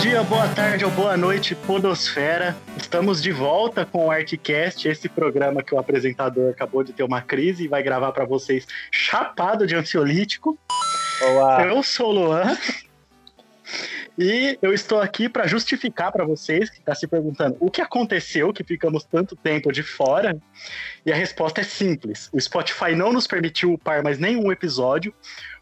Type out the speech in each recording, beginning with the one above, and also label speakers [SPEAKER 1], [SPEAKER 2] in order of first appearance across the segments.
[SPEAKER 1] dia, boa tarde ou boa noite, Podosfera. Estamos de volta com o ArcCast, esse programa que o apresentador acabou de ter uma crise e vai gravar para vocês chapado de ansiolítico.
[SPEAKER 2] Olá.
[SPEAKER 1] Eu sou o Luan. E eu estou aqui para justificar para vocês que está se perguntando o que aconteceu que ficamos tanto tempo de fora. E a resposta é simples: o Spotify não nos permitiu upar mais nenhum episódio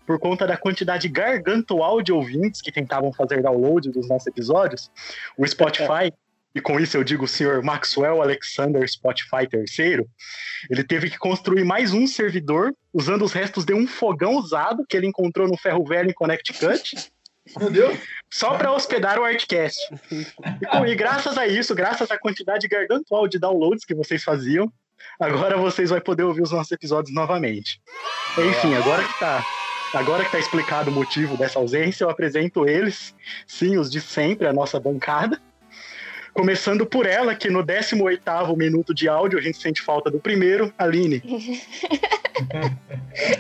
[SPEAKER 1] por conta da quantidade gargantual de ouvintes que tentavam fazer download dos nossos episódios. O Spotify, e com isso eu digo o senhor Maxwell Alexander Spotify III, ele teve que construir mais um servidor usando os restos de um fogão usado que ele encontrou no ferro velho em Connecticut
[SPEAKER 2] Meu Deus.
[SPEAKER 1] só para hospedar o Artcast. E, com- e graças a isso, graças à quantidade gargantual de downloads que vocês faziam, agora vocês vão poder ouvir os nossos episódios novamente. Enfim, agora que tá, agora que tá explicado o motivo dessa ausência, eu apresento eles, sim, os de sempre, a nossa bancada. Começando por ela, que no 18º minuto de áudio a gente sente falta do primeiro, Aline.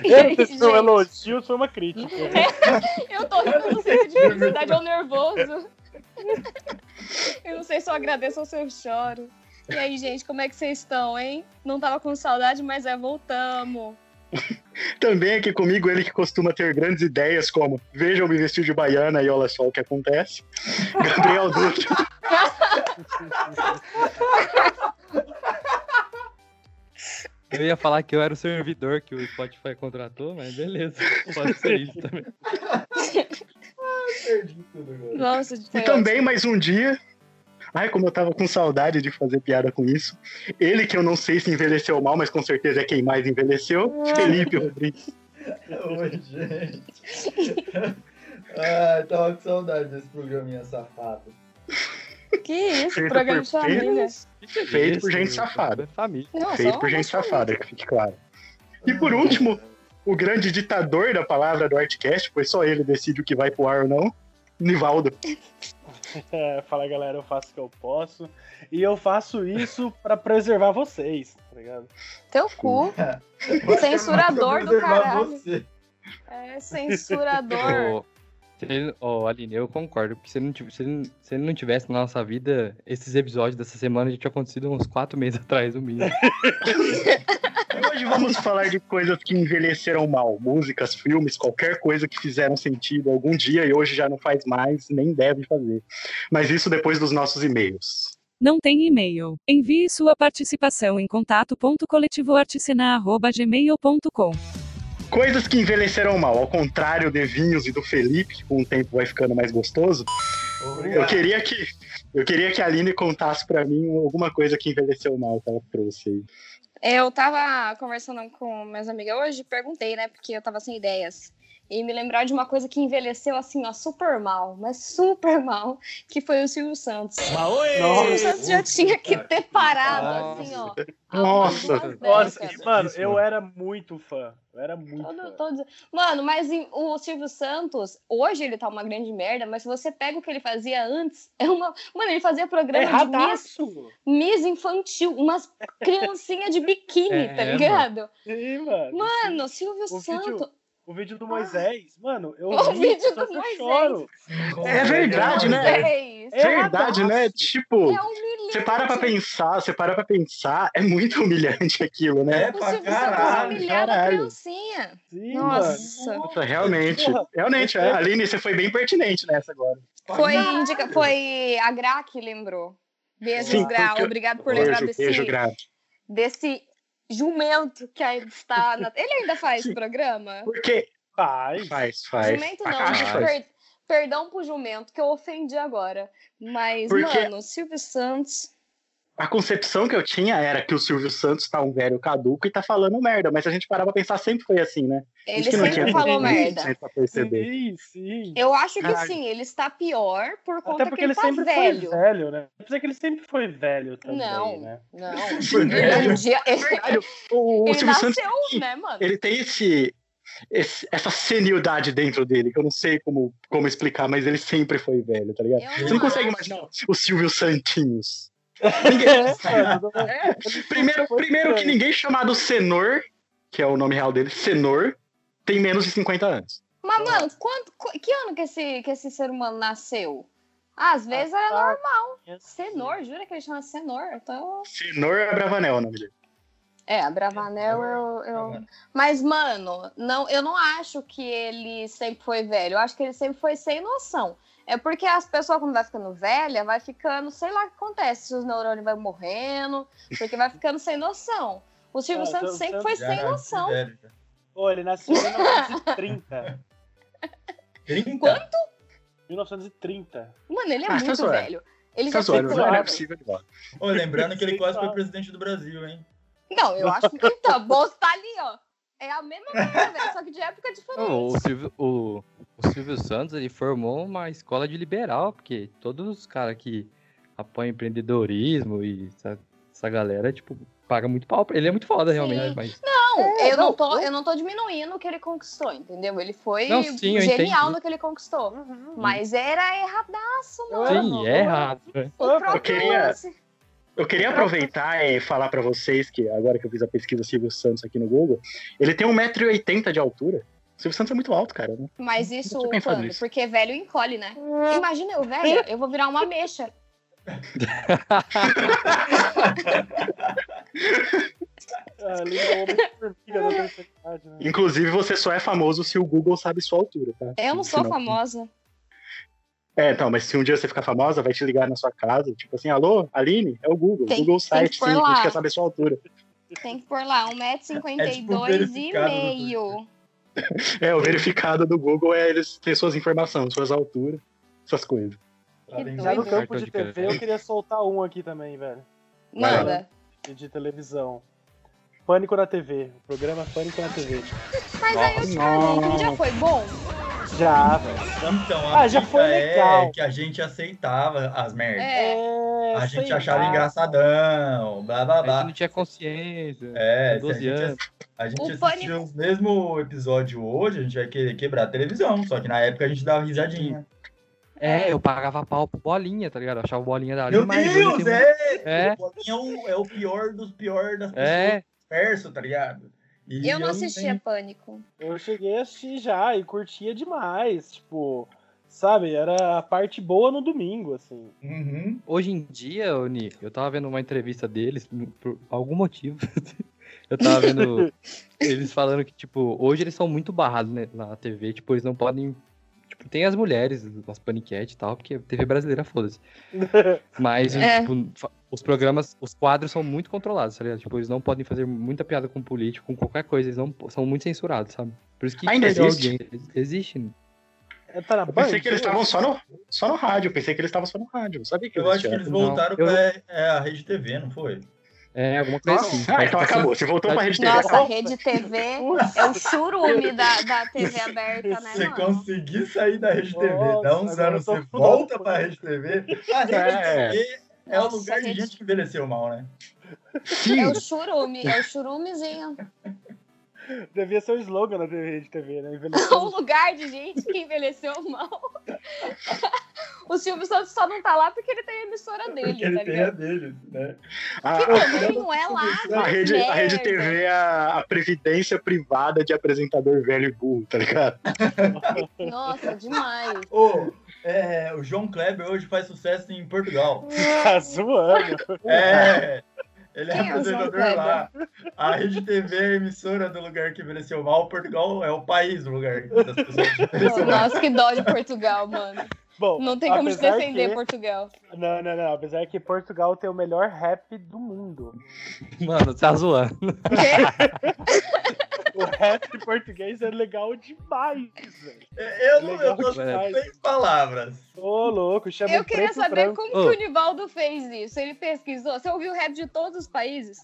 [SPEAKER 3] Gente,
[SPEAKER 4] Esse foi um
[SPEAKER 1] é
[SPEAKER 4] elogio, foi uma crítica.
[SPEAKER 3] eu tô rindo, eu não sei se de felicidade ou nervoso. Eu não sei se eu agradeço ou se eu choro. E aí, gente, como é que vocês estão, hein? Não tava com saudade, mas é, voltamos.
[SPEAKER 1] Também aqui comigo, ele que costuma ter grandes ideias como vejam-me vestir de baiana e olha só o que acontece. Gabriel Dutra.
[SPEAKER 5] Eu ia falar que eu era o servidor que o Spotify contratou, mas beleza. Pode ser isso também.
[SPEAKER 2] Perdi tudo agora.
[SPEAKER 3] Nossa, foi
[SPEAKER 1] E também mais um dia. Ai, como eu tava com saudade de fazer piada com isso. Ele que eu não sei se envelheceu mal, mas com certeza é quem mais envelheceu. Felipe Rodrigues.
[SPEAKER 2] Oi, É gente. Ai, tava com saudade desse programinha safado.
[SPEAKER 3] ótimo. Que isso,
[SPEAKER 1] Feito
[SPEAKER 3] programa
[SPEAKER 1] por
[SPEAKER 3] de família.
[SPEAKER 5] Que que é
[SPEAKER 1] Feito
[SPEAKER 5] isso,
[SPEAKER 1] por gente
[SPEAKER 5] meu?
[SPEAKER 1] safada.
[SPEAKER 5] É família.
[SPEAKER 3] Não,
[SPEAKER 1] Feito
[SPEAKER 3] só
[SPEAKER 1] por gente
[SPEAKER 3] uma
[SPEAKER 1] safada, que fique claro. E por último, o grande ditador da palavra do Artcast, pois só ele decide o que vai pro ar ou não. Nivaldo.
[SPEAKER 4] É, fala galera, eu faço o que eu posso. E eu faço isso pra preservar vocês, tá ligado?
[SPEAKER 3] Teu cu. Censurador do caralho. É censurador.
[SPEAKER 5] Ô, se ele- Ô, Aline, eu concordo, porque se ele, não, tiv- se, ele, se ele não tivesse na nossa vida, esses episódios dessa semana já tinha acontecido uns quatro meses atrás, no mínimo.
[SPEAKER 1] E Hoje vamos falar de coisas que envelheceram mal. Músicas, filmes, qualquer coisa que fizeram sentido algum dia e hoje já não faz mais, nem deve fazer. Mas isso depois dos nossos e-mails.
[SPEAKER 6] Não tem e-mail. Envie sua participação em contato.coletivoarticena.gmail.com.
[SPEAKER 1] Coisas que envelheceram mal, ao contrário de Vinhos e do Felipe, que com o tempo vai ficando mais gostoso. Eu
[SPEAKER 2] Obrigado.
[SPEAKER 1] queria que eu queria que a Aline contasse pra mim alguma coisa que envelheceu mal que ela trouxe aí.
[SPEAKER 3] Eu tava conversando com minhas amigas hoje, perguntei, né? Porque eu tava sem ideias. E me lembrar de uma coisa que envelheceu assim, ó, super mal, mas super mal, que foi o Silvio Santos. O Silvio
[SPEAKER 4] Nossa,
[SPEAKER 3] Santos já tinha que ter parado, assim, ó. né, há umas
[SPEAKER 1] Nossa.
[SPEAKER 3] duas
[SPEAKER 4] Nossa,
[SPEAKER 3] décadas.
[SPEAKER 4] e, mano, eu era muito fã. Eu era muito
[SPEAKER 3] Todo-
[SPEAKER 4] fã.
[SPEAKER 3] todos- Mano, mas em- o Silvio Santos, hoje ele tá uma grande merda, mas se você pega o que ele fazia antes, é uma. Mano, ele fazia programa de Miss
[SPEAKER 4] Erradaço!
[SPEAKER 3] Miss infantil, umas criancinhas de biquíni,
[SPEAKER 5] É,
[SPEAKER 3] tá
[SPEAKER 5] mano.
[SPEAKER 3] ligado?
[SPEAKER 4] Sim, mano.
[SPEAKER 3] Mano, Silvio
[SPEAKER 4] vídeo-
[SPEAKER 3] Santos.
[SPEAKER 4] O vídeo do Moisés, mano, eu
[SPEAKER 3] O
[SPEAKER 4] ri,
[SPEAKER 3] vídeo
[SPEAKER 4] só
[SPEAKER 3] do
[SPEAKER 4] que eu
[SPEAKER 3] Moisés.
[SPEAKER 4] choro.
[SPEAKER 1] É verdade, né?
[SPEAKER 3] Vocês.
[SPEAKER 4] É
[SPEAKER 1] Verdade, né?
[SPEAKER 4] erradaço.
[SPEAKER 1] Tipo,
[SPEAKER 3] É humilhante.
[SPEAKER 1] você para pra pensar, você para pra pensar, é muito humilhante aquilo, né?
[SPEAKER 2] É
[SPEAKER 3] O
[SPEAKER 2] pra
[SPEAKER 3] Silvio Santos
[SPEAKER 2] caralho.
[SPEAKER 3] humilhava a
[SPEAKER 1] caralho.
[SPEAKER 3] criancinha.
[SPEAKER 4] Sim, mano.
[SPEAKER 3] Nossa.
[SPEAKER 1] Nossa, realmente.
[SPEAKER 4] Porra.
[SPEAKER 1] Realmente, é. Aline, você foi bem pertinente nessa agora.
[SPEAKER 3] Foi, indica... Foi a Gra que lembrou. Beijo,
[SPEAKER 1] Sim,
[SPEAKER 3] Gra.
[SPEAKER 1] porque-
[SPEAKER 3] Obrigado por lembrar
[SPEAKER 1] Beijo,
[SPEAKER 3] desse,
[SPEAKER 1] beijo, grave.
[SPEAKER 3] desse jumento que ainda está na. Ele ainda faz
[SPEAKER 1] Sim.
[SPEAKER 3] programa?
[SPEAKER 1] Porque
[SPEAKER 4] Faz.
[SPEAKER 1] faz, faz.
[SPEAKER 3] Jumento
[SPEAKER 1] A-
[SPEAKER 3] não, né?
[SPEAKER 1] acho
[SPEAKER 3] gente.
[SPEAKER 1] que faz.
[SPEAKER 3] Per- Perdão pro jumento, que eu ofendi agora. Mas,
[SPEAKER 1] Porque-
[SPEAKER 3] mano, o Silvio Santos.
[SPEAKER 1] A concepção que eu tinha era que o Silvio Santos tá um velho caduco e tá falando merda, mas se a gente parava pra pensar, sempre foi assim, né?
[SPEAKER 3] Ele
[SPEAKER 1] Isso que não
[SPEAKER 3] sempre
[SPEAKER 1] tinha
[SPEAKER 3] falou
[SPEAKER 1] entendido,
[SPEAKER 3] merda.
[SPEAKER 1] né, pra perceber.
[SPEAKER 4] Sim, sim.
[SPEAKER 3] Eu acho que
[SPEAKER 1] Caralho.
[SPEAKER 3] sim, ele está pior por conta
[SPEAKER 4] Até porque
[SPEAKER 3] que
[SPEAKER 4] ele,
[SPEAKER 3] ele, tá
[SPEAKER 4] sempre
[SPEAKER 3] velho.
[SPEAKER 4] foi velho, né? Apesar que ele sempre foi velho também,
[SPEAKER 3] Não.
[SPEAKER 4] né?
[SPEAKER 3] Não,
[SPEAKER 1] Sim,
[SPEAKER 3] um
[SPEAKER 1] velho.
[SPEAKER 3] dia ele,
[SPEAKER 1] Caralho, o, o
[SPEAKER 3] ele
[SPEAKER 1] Silvio
[SPEAKER 3] nasceu,
[SPEAKER 1] Santos,
[SPEAKER 3] né, mano?
[SPEAKER 1] ele tem esse, esse- essa senilidade dentro dele, que eu não sei como, como explicar, mas ele sempre foi velho, tá ligado?
[SPEAKER 3] Eu
[SPEAKER 1] Você não consegue
[SPEAKER 3] acho.
[SPEAKER 1] imaginar o Silvio Santinhos.
[SPEAKER 4] mano,
[SPEAKER 1] É, primeiro, primeiro que ninguém chamado Senor, que é o nome real dele, Senor, tem menos de 50 anos.
[SPEAKER 3] Mas, mano, quanto, qu- que ano que esse, que esse ser humano nasceu? Ah, Às vezes era normal. é
[SPEAKER 4] Yes.
[SPEAKER 3] Senor, jura que ele chama Senor? Então...
[SPEAKER 1] Senor Abravanel, o nome dele.
[SPEAKER 3] É, a Bravanel eu, eu- Mas, mano, não, eu não acho que ele sempre foi velho. Eu acho que ele sempre foi sem noção. É porque as pessoas, quando vai ficando velha, vai ficando, sei lá o que acontece, se os neurônios vai morrendo, porque vai ficando sem noção. O Silvio
[SPEAKER 4] Ah,
[SPEAKER 3] Santos é.
[SPEAKER 4] então-
[SPEAKER 3] sempre
[SPEAKER 4] então
[SPEAKER 3] foi
[SPEAKER 2] Já
[SPEAKER 3] sem
[SPEAKER 2] nasci
[SPEAKER 3] noção.
[SPEAKER 1] É.
[SPEAKER 2] velho, já.
[SPEAKER 4] Pô, ele nasceu em 1930.
[SPEAKER 2] 30?
[SPEAKER 3] Quanto?
[SPEAKER 4] 1930.
[SPEAKER 3] Mano, ele é
[SPEAKER 1] Ah,
[SPEAKER 3] muito
[SPEAKER 1] Cazuela.
[SPEAKER 3] velho. Ele já
[SPEAKER 1] Seus olhos,
[SPEAKER 3] ficou
[SPEAKER 1] não
[SPEAKER 3] né?
[SPEAKER 1] é
[SPEAKER 3] velho.
[SPEAKER 1] possível. Eduardo.
[SPEAKER 2] Ô, lembrando que ele quase foi
[SPEAKER 4] Sim,
[SPEAKER 2] presidente do Brasil, hein?
[SPEAKER 3] Não, eu acho que. Então, Bolsa tá ali, ó. É a mesma coisa, velho, só que de época diferente.
[SPEAKER 5] Não, o, Silvio, o, o Silvio Santos ele formou uma escola de liberal, porque todos os caras que apoiam empreendedorismo e essa, essa galera, tipo, paga muito pau. pra Ele é muito foda,
[SPEAKER 3] Sim.
[SPEAKER 5] realmente. Mas
[SPEAKER 3] Não,
[SPEAKER 1] É,
[SPEAKER 3] eu, não
[SPEAKER 1] não,
[SPEAKER 3] tô, eu não tô diminuindo o que ele conquistou, entendeu? Ele foi
[SPEAKER 5] Não, sim, eu
[SPEAKER 3] genial
[SPEAKER 5] entendi.
[SPEAKER 3] no que ele conquistou. Mas era erradaço,
[SPEAKER 4] Eu
[SPEAKER 3] mano.
[SPEAKER 5] sim, é errado. né?
[SPEAKER 3] O
[SPEAKER 4] Eu
[SPEAKER 3] próprio
[SPEAKER 1] queria-
[SPEAKER 3] lance.
[SPEAKER 1] Eu queria aproveitar e falar pra vocês que, agora que eu fiz a pesquisa Silvio Santos aqui no Google, ele tem 1,80m de altura. O Silvio Santos é muito alto, cara. né?
[SPEAKER 3] Mas isso,
[SPEAKER 1] tinha pensado
[SPEAKER 3] mano,
[SPEAKER 1] nisso.
[SPEAKER 3] porque velho encolhe, né? Imagina eu velho, eu vou virar uma mexa.
[SPEAKER 4] Ah, ele é o Homem-Formiga da terceira idade, né?
[SPEAKER 1] Inclusive, você só é famoso se o Google sabe sua altura, tá?
[SPEAKER 3] Eu não sou
[SPEAKER 1] Senão-
[SPEAKER 3] famosa.
[SPEAKER 1] É, então, mas se um dia você ficar famosa, vai te ligar na sua casa, tipo assim, alô, Aline, é o Google,
[SPEAKER 3] Tem-
[SPEAKER 1] Google
[SPEAKER 3] tem que
[SPEAKER 1] site, sim,
[SPEAKER 3] pôr
[SPEAKER 1] a
[SPEAKER 3] lá.
[SPEAKER 1] gente quer saber sua altura.
[SPEAKER 3] Tem que pôr lá, 1,52m
[SPEAKER 2] É tipo
[SPEAKER 3] e
[SPEAKER 2] verificado no
[SPEAKER 3] meio.
[SPEAKER 1] É, o verificado do Google é eles ter suas informações, suas alturas, essas coisas.
[SPEAKER 2] Tá bem
[SPEAKER 4] Já no
[SPEAKER 3] doido.
[SPEAKER 4] campo de
[SPEAKER 5] Cartão de
[SPEAKER 4] TV, eu queria soltar um aqui também, velho.
[SPEAKER 3] Manda.
[SPEAKER 4] De- De televisão. Pânico na TV. O programa Pânico na TV.
[SPEAKER 3] Mas aí eu te pergunto,
[SPEAKER 1] Nossa.
[SPEAKER 3] já foi bom?
[SPEAKER 4] Já, velho.
[SPEAKER 2] Então, a
[SPEAKER 4] Ah, já
[SPEAKER 2] fita
[SPEAKER 4] foi legal.
[SPEAKER 2] é que a gente aceitava as merdas.
[SPEAKER 3] É.
[SPEAKER 2] a gente
[SPEAKER 4] sei
[SPEAKER 2] achava
[SPEAKER 4] lá.
[SPEAKER 2] engraçadão, blá blá
[SPEAKER 5] A gente
[SPEAKER 2] blá.
[SPEAKER 5] não tinha consciência.
[SPEAKER 2] É,
[SPEAKER 5] com 12
[SPEAKER 2] se a gente,
[SPEAKER 5] anos.
[SPEAKER 2] a gente
[SPEAKER 3] O
[SPEAKER 2] assistiu
[SPEAKER 3] Pânico-
[SPEAKER 2] os mesmo episódio hoje, a gente vai querer quebrar a televisão, só que na época a gente dava risadinha.
[SPEAKER 5] É, eu pagava pau pro bolinha, tá ligado? Eu achava o bolinha da
[SPEAKER 2] Meu
[SPEAKER 5] mas hoje
[SPEAKER 2] Deus,
[SPEAKER 5] tem
[SPEAKER 2] é!
[SPEAKER 5] muito- é,
[SPEAKER 2] O Bolinha é o, é o pior dos pior das pessoas
[SPEAKER 5] é.
[SPEAKER 2] perso, tá ligado? E
[SPEAKER 3] Eu não assistia Pânico.
[SPEAKER 4] Eu cheguei a assistir já e curtia demais. Tipo, sabe? Era a parte boa no domingo, assim.
[SPEAKER 2] tenho- Uhum.
[SPEAKER 5] Hoje em dia, ô, Ni, eu tava vendo uma entrevista deles, hum, por algum motivo. eu tava vendo eles falando que, tipo, hoje eles são muito barrados né, na TV, tipo, eles não podem. Tipo, tem as mulheres, as paniquete e tal, porque TV brasileira, foda-se. Mas,
[SPEAKER 3] É.
[SPEAKER 5] tipo, fa- os programas, os quadros são muito controlados, tá ligado? Tipo, eles não podem fazer muita piada com político, com qualquer coisa, eles não são muito censurados, sabe? Por isso que
[SPEAKER 1] Ainda
[SPEAKER 5] perdeu
[SPEAKER 1] existe?
[SPEAKER 5] alguém. Existe. né?
[SPEAKER 4] É, tá na
[SPEAKER 1] Eu pensei
[SPEAKER 4] Band?
[SPEAKER 1] que eles estavam só no, só no rádio, eu pensei que eles estavam só no rádio, não sabia que
[SPEAKER 2] Eu acho que
[SPEAKER 1] existia.
[SPEAKER 2] eles voltaram
[SPEAKER 5] Não, eu-
[SPEAKER 2] pra é, a Rede TV, não foi?
[SPEAKER 5] É, alguma coisa assim.
[SPEAKER 1] Nossa, ah, então acabou, você voltou pra rede TV,
[SPEAKER 3] Nossa,
[SPEAKER 1] acabou.
[SPEAKER 3] a Rede TV é o churume da, da TV aberta, né,
[SPEAKER 2] Você
[SPEAKER 3] mano?
[SPEAKER 2] conseguir sair da Rede TV,
[SPEAKER 4] Nossa,
[SPEAKER 2] dá uns
[SPEAKER 4] agora
[SPEAKER 2] anos,
[SPEAKER 4] eu tô
[SPEAKER 2] você
[SPEAKER 4] com
[SPEAKER 2] volta
[SPEAKER 4] dó.
[SPEAKER 2] pra Rede TV. A Rede
[SPEAKER 1] É.
[SPEAKER 2] TV é o
[SPEAKER 3] Nossa,
[SPEAKER 2] lugar de
[SPEAKER 3] Rede-
[SPEAKER 2] gente que envelheceu mal, né?
[SPEAKER 1] Sim,
[SPEAKER 3] É o churume, é o churumezinho.
[SPEAKER 4] Devia ser o slogan da TV de TV, né? Envelhecendo
[SPEAKER 3] É um lugar de gente que envelheceu mal. O Silvio Santos só não tá lá porque ele tem a emissora dele,
[SPEAKER 2] Porque
[SPEAKER 3] tá
[SPEAKER 2] ele tem a
[SPEAKER 3] ligado?
[SPEAKER 2] deles, né?
[SPEAKER 1] a,
[SPEAKER 3] Que também não é lá.
[SPEAKER 1] a- a rede, a rede
[SPEAKER 3] merda.
[SPEAKER 1] TV é a, a previdência privada de apresentador velho e burro, tá ligado?
[SPEAKER 3] Nossa, demais.
[SPEAKER 2] Ô, é, o João Kleber hoje faz sucesso em Portugal.
[SPEAKER 4] tá zoando.
[SPEAKER 2] É, ele é
[SPEAKER 3] Quem é o João
[SPEAKER 2] apresentador lá. A Rede TV é a emissora do lugar que envelheceu mal. Portugal é o país do lugar das pessoas que
[SPEAKER 3] Pô,
[SPEAKER 2] envelheceu mal.
[SPEAKER 3] Nossa, que dó de Portugal, mano.
[SPEAKER 4] Bom,
[SPEAKER 3] Não tem como te
[SPEAKER 4] apesar
[SPEAKER 3] defender,
[SPEAKER 4] que-
[SPEAKER 3] Portugal.
[SPEAKER 4] Não, não, não. Apesar que Portugal tem o melhor rap do mundo.
[SPEAKER 5] Mano, você tá zoando.
[SPEAKER 3] Quê?
[SPEAKER 4] O rap em português é legal demais, velho. É
[SPEAKER 2] Eu não eu
[SPEAKER 4] Legal
[SPEAKER 2] tô
[SPEAKER 5] demais.
[SPEAKER 2] sem palavras.
[SPEAKER 4] Ô, louco, chama
[SPEAKER 3] Eu
[SPEAKER 4] o
[SPEAKER 3] queria
[SPEAKER 4] preto
[SPEAKER 3] saber
[SPEAKER 4] um branco.
[SPEAKER 3] como
[SPEAKER 5] Ô.
[SPEAKER 3] que o Nivaldo fez isso. Ele pesquisou. Você ouviu rap de todos os países?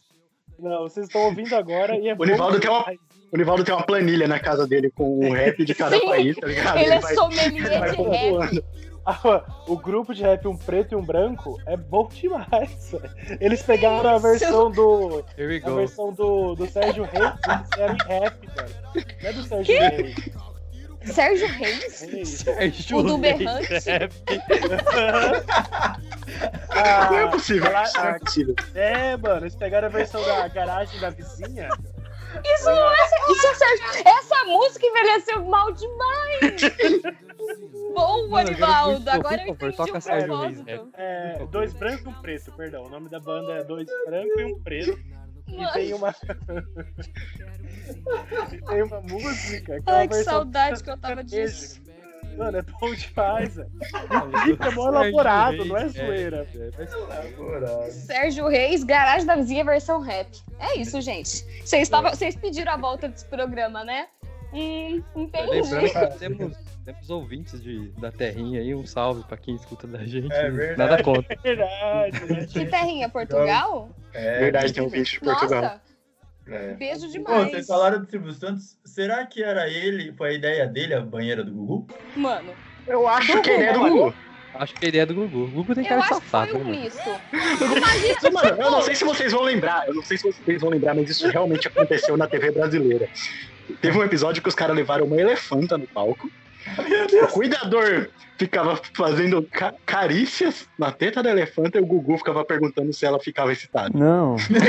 [SPEAKER 4] Não, vocês estão ouvindo agora e é bom
[SPEAKER 1] Nivaldo tem uma-
[SPEAKER 4] demais.
[SPEAKER 1] O Nivaldo tem uma planilha na casa dele com o rap de cada
[SPEAKER 3] Sim,
[SPEAKER 1] país, tá ligado?
[SPEAKER 3] Ele é
[SPEAKER 1] vai-
[SPEAKER 3] sommelier
[SPEAKER 1] ele vai
[SPEAKER 3] de
[SPEAKER 1] pontuando.
[SPEAKER 3] rap.
[SPEAKER 4] Ah, tá O grupo de rap, um preto e um branco, é bom demais. velho. Eles pegaram a versão do.
[SPEAKER 1] É
[SPEAKER 5] Here we
[SPEAKER 4] A
[SPEAKER 5] go.
[SPEAKER 4] versão do, do Sérgio Reis, eles fizeram em rap, velho. Não é do Sérgio Reis.
[SPEAKER 3] Sérgio Reis?
[SPEAKER 4] Reis.
[SPEAKER 5] Sérgio
[SPEAKER 3] O do
[SPEAKER 4] né?
[SPEAKER 5] Reis,
[SPEAKER 3] Berrante?
[SPEAKER 5] é
[SPEAKER 1] Não é
[SPEAKER 4] Ah,
[SPEAKER 1] possível,
[SPEAKER 4] Lá-
[SPEAKER 1] isso não é possível.
[SPEAKER 4] é, mano, eles pegaram a versão da garagem da vizinha.
[SPEAKER 3] Isso não é. Isso é Sérgio. Essa música envelheceu mal demais! Bom Não,
[SPEAKER 5] Mano, eu juro por
[SPEAKER 3] Anivaldo,
[SPEAKER 5] favor,
[SPEAKER 3] agora
[SPEAKER 5] por
[SPEAKER 3] eu
[SPEAKER 5] favor,
[SPEAKER 3] entendi
[SPEAKER 5] toca
[SPEAKER 3] o
[SPEAKER 5] Sérgio Reis,
[SPEAKER 3] propósito.
[SPEAKER 4] É, dois brancos e um preto, perdão. O nome da banda é Dois Brancos e um Preto. E
[SPEAKER 3] Mano.
[SPEAKER 4] tem uma. e tem uma música que é
[SPEAKER 3] Ai,
[SPEAKER 4] uma
[SPEAKER 3] que
[SPEAKER 4] versão
[SPEAKER 3] saudade que eu tava disso.
[SPEAKER 4] sertaneja. Mano, é bom demais. velho.
[SPEAKER 5] O
[SPEAKER 4] clipe é mó elaborado, não é zoeira.
[SPEAKER 3] Sérgio Reis, Garagem da Vizinha, versão rap. É isso, gente. Vocês estavam- vocês pediram a volta desse programa, né? Hum, entendi.
[SPEAKER 5] Lembrando que temos, temos ouvintes de, da terrinha aí, um salve pra quem escuta da gente.
[SPEAKER 2] É verdade.
[SPEAKER 5] Nada contra.
[SPEAKER 4] Verdade, né?
[SPEAKER 3] Que terrinha, Portugal?
[SPEAKER 2] É,
[SPEAKER 1] Verdade, tem um vídeo de Portugal.
[SPEAKER 3] Nossa,
[SPEAKER 2] é.
[SPEAKER 3] beijo
[SPEAKER 2] Pô,
[SPEAKER 3] demais.
[SPEAKER 2] vocês falaram do Silvio Santos. Será que era ele? Foi a ideia dele, a banheira do Gugu?
[SPEAKER 3] Mano,
[SPEAKER 1] Eu acho que ele é do
[SPEAKER 3] Gugu.
[SPEAKER 1] Gugu.
[SPEAKER 5] Acho que a ideia é do Gugu. O Gugu tem
[SPEAKER 3] eu
[SPEAKER 5] cara de
[SPEAKER 3] acho que foi
[SPEAKER 5] safado,
[SPEAKER 3] um
[SPEAKER 5] né? mano?
[SPEAKER 3] misto.
[SPEAKER 1] Mano, eu não sei se vocês vão lembrar, eu não sei se vocês vão lembrar, mas isso realmente aconteceu na TV brasileira. Teve um episódio que os caras levaram uma elefanta no palco. O cuidador ficava fazendo ca- carícias na teta da elefanta e o Gugu ficava perguntando se ela ficava excitada.
[SPEAKER 7] Não.
[SPEAKER 3] Os
[SPEAKER 5] Meu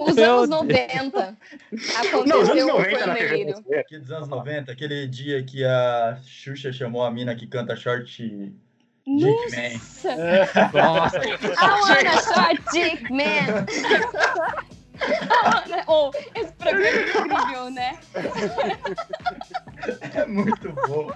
[SPEAKER 3] anos
[SPEAKER 5] Deus.
[SPEAKER 3] 90.
[SPEAKER 1] Não, os
[SPEAKER 3] Aconteceu
[SPEAKER 1] anos
[SPEAKER 3] um
[SPEAKER 1] 90
[SPEAKER 3] foi um
[SPEAKER 1] na TV
[SPEAKER 3] delírio.
[SPEAKER 1] brasileira.
[SPEAKER 2] Aqui dos anos 90, aquele dia que a Xuxa chamou a mina que canta short Dickman.
[SPEAKER 3] Nossa!
[SPEAKER 5] Nossa,
[SPEAKER 3] I wanna short dick, man! I wanna- Oh, esse programa é incrível, né?
[SPEAKER 2] É muito bom.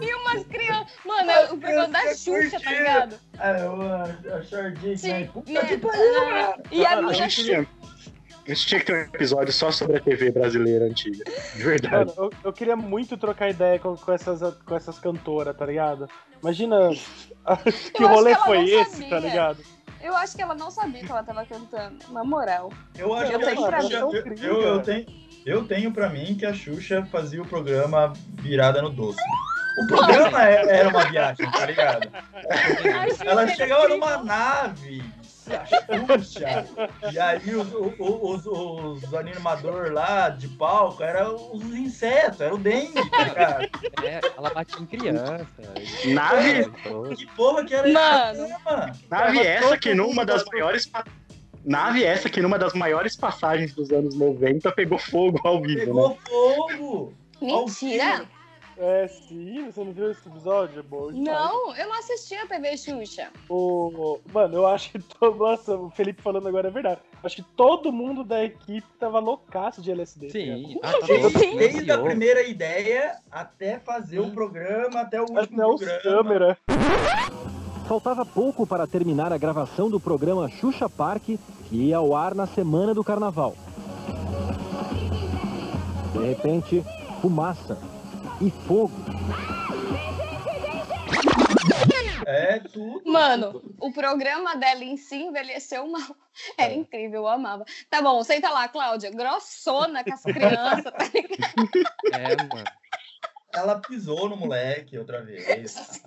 [SPEAKER 3] E umas crianças. Mano, é o programa da Xuxa, tá ligado?
[SPEAKER 2] É, o- a short Dickman.
[SPEAKER 3] Dick
[SPEAKER 2] Puta que pariu!
[SPEAKER 3] Man. Ah, E a
[SPEAKER 1] A
[SPEAKER 3] minha
[SPEAKER 1] gente tinha- a gente tinha que ter um episódio só sobre a TV brasileira antiga. De verdade.
[SPEAKER 4] Mano, eu, eu queria muito trocar ideia com, com essas, com essas cantoras, tá ligado? Imagina que
[SPEAKER 3] Eu acho
[SPEAKER 4] rolê
[SPEAKER 3] que ela
[SPEAKER 4] foi
[SPEAKER 3] não
[SPEAKER 4] esse,
[SPEAKER 3] sabia.
[SPEAKER 4] tá ligado?
[SPEAKER 3] Eu acho que ela não sabia que ela tava cantando, na moral.
[SPEAKER 2] Eu acho
[SPEAKER 3] Eu
[SPEAKER 2] que a
[SPEAKER 3] tenho pra
[SPEAKER 2] Xuxa-
[SPEAKER 4] mim.
[SPEAKER 2] eu- eu- eu tenho- Eu tenho pra mim que a Xuxa fazia o programa virada no doce. O programa é- era uma viagem, tá ligado?
[SPEAKER 3] A
[SPEAKER 5] né?
[SPEAKER 3] Xuxa
[SPEAKER 2] Ela
[SPEAKER 3] era
[SPEAKER 2] chegava
[SPEAKER 3] incrível.
[SPEAKER 2] numa nave. a Xuxa. E aí os, os, os, os animadores lá de palco eram os insetos, era o dengue, tá ligado?
[SPEAKER 5] é, ela batia em criança.
[SPEAKER 1] Nave,
[SPEAKER 5] Então,
[SPEAKER 2] Que porra que era
[SPEAKER 3] Mano.
[SPEAKER 2] esse programa?
[SPEAKER 1] nave
[SPEAKER 4] Mas
[SPEAKER 1] essa
[SPEAKER 4] todo
[SPEAKER 1] que numa
[SPEAKER 4] mundo
[SPEAKER 1] das
[SPEAKER 4] gostou.
[SPEAKER 1] maiores. pa- Nave essa que numa das maiores passagens dos anos 90 pegou fogo ao vivo, né?
[SPEAKER 2] Pegou fogo!
[SPEAKER 3] Mentira!
[SPEAKER 4] É, sim, você não viu esse episódio? É bom demais.
[SPEAKER 3] Não, eu não assistia a TV Xuxa.
[SPEAKER 4] O... Mano, eu acho que. To... Nossa, o Felipe falando agora é verdade. Acho que todo mundo da equipe tava loucaço de LSD. cara.
[SPEAKER 5] sim, ah, tá a
[SPEAKER 3] Sim.
[SPEAKER 2] Desde a primeira ideia até fazer o programa, até o último
[SPEAKER 4] Até os
[SPEAKER 2] programa.
[SPEAKER 4] câmera.
[SPEAKER 8] Faltava pouco para terminar a gravação do programa Xuxa Parque, que ia ao ar na semana do carnaval. De repente, fumaça e fogo.
[SPEAKER 2] É tudo.
[SPEAKER 3] Mano, o programa dela em si envelheceu mal.
[SPEAKER 5] É.
[SPEAKER 3] Era incrível, eu amava. Tá bom, senta lá, Cláudia. Grossona com as crianças. tá ligado?
[SPEAKER 5] É, mano.
[SPEAKER 2] Ela pisou no moleque outra vez.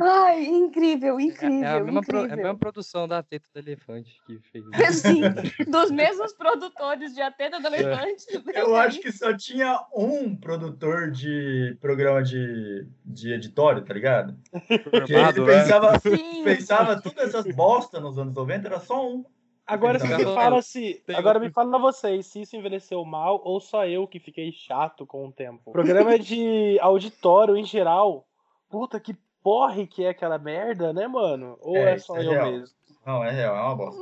[SPEAKER 2] Ah,
[SPEAKER 3] Ai, incrível,
[SPEAKER 5] É, é
[SPEAKER 3] incrível.
[SPEAKER 5] a mesma pro- é a
[SPEAKER 3] incrível.
[SPEAKER 5] mesma produção da teta do elefante que fez.
[SPEAKER 3] Sim, dos mesmos produtores de Atena do Elefante.
[SPEAKER 5] É.
[SPEAKER 2] Eu acho que só tinha um produtor de programa de, de editório, tá ligado? Que ele
[SPEAKER 5] Formado, né?
[SPEAKER 2] pensava,
[SPEAKER 3] Sim.
[SPEAKER 2] pensava todas essas bostas nos anos 90, era só um.
[SPEAKER 4] Agora você me
[SPEAKER 5] Não,
[SPEAKER 4] fala se.
[SPEAKER 5] tem
[SPEAKER 4] Agora
[SPEAKER 5] outro.
[SPEAKER 4] me fala vocês se isso envelheceu mal ou só eu que fiquei chato com o tempo. Programa de auditório em geral. Puta que porre que é aquela merda, né, mano? Ou
[SPEAKER 2] É,
[SPEAKER 4] é, só
[SPEAKER 2] isso é
[SPEAKER 4] eu
[SPEAKER 2] real.
[SPEAKER 4] mesmo?
[SPEAKER 2] Não, é real, é uma bosta.